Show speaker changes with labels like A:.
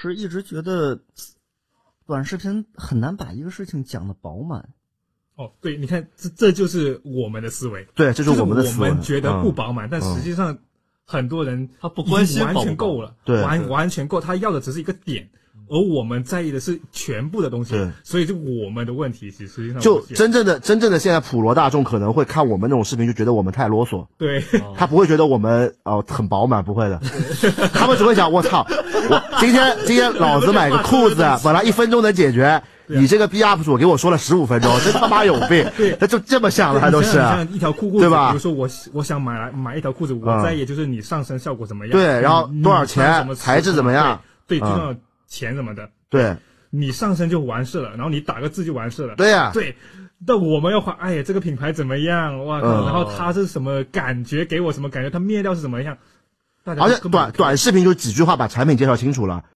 A: 是一直觉得短视频很难把一个事情讲得饱满。
B: 哦，对，你看，这这就是我们的思维，
C: 对，这
B: 就是
C: 我们的
B: 我
C: 思维。
B: 们觉得不饱满，但
C: 嗯
B: 实际上很多人
A: 他不关心
B: 已经完
A: 饱不饱
B: 全
A: 嗯
B: 够了，
C: 对
B: 完完全够，他要的只是一个点，而我们在意的是全部的东西
C: 对，
B: 所以就我们的问题，其实实际上
C: 就
B: 不是
C: 真正的真正的现在普罗大众可能会看我们那种视频，就觉得我们太啰嗦，
B: 对，
C: 他不会觉得我们哦很饱满，不会的，他们只会想我操，我今天 今天老子买个裤子，本来一分钟能解决，
B: 啊
C: 你这个 B UP 主给我说了十五分钟，真他妈有病，他就这么想 的，他都
B: 你
C: 是啊
B: 像你像一条裤裤子，
C: 对吧
B: 比如说我我想买来买一条裤子，我
C: 嗯
B: 在意就是你上身效果怎么样，
C: 对，然后
B: 你
C: 多少
B: 穿什
C: 钱，
B: 么
C: 材质怎么样，
B: 对，最
C: 嗯
B: 重要钱什么的，
C: 对
B: 你上身就完事了，然后你打个字就完事了，
C: 对呀，
B: 对，那我们要花，哎呀，这个品牌怎么样？哇靠！
C: 嗯
B: 然后它是什么感觉？给我什么感觉？它面料是什么样？大家
C: 而且
B: 根本
C: 短
B: 不 care
C: 短视频就几句话把产品介绍清楚了，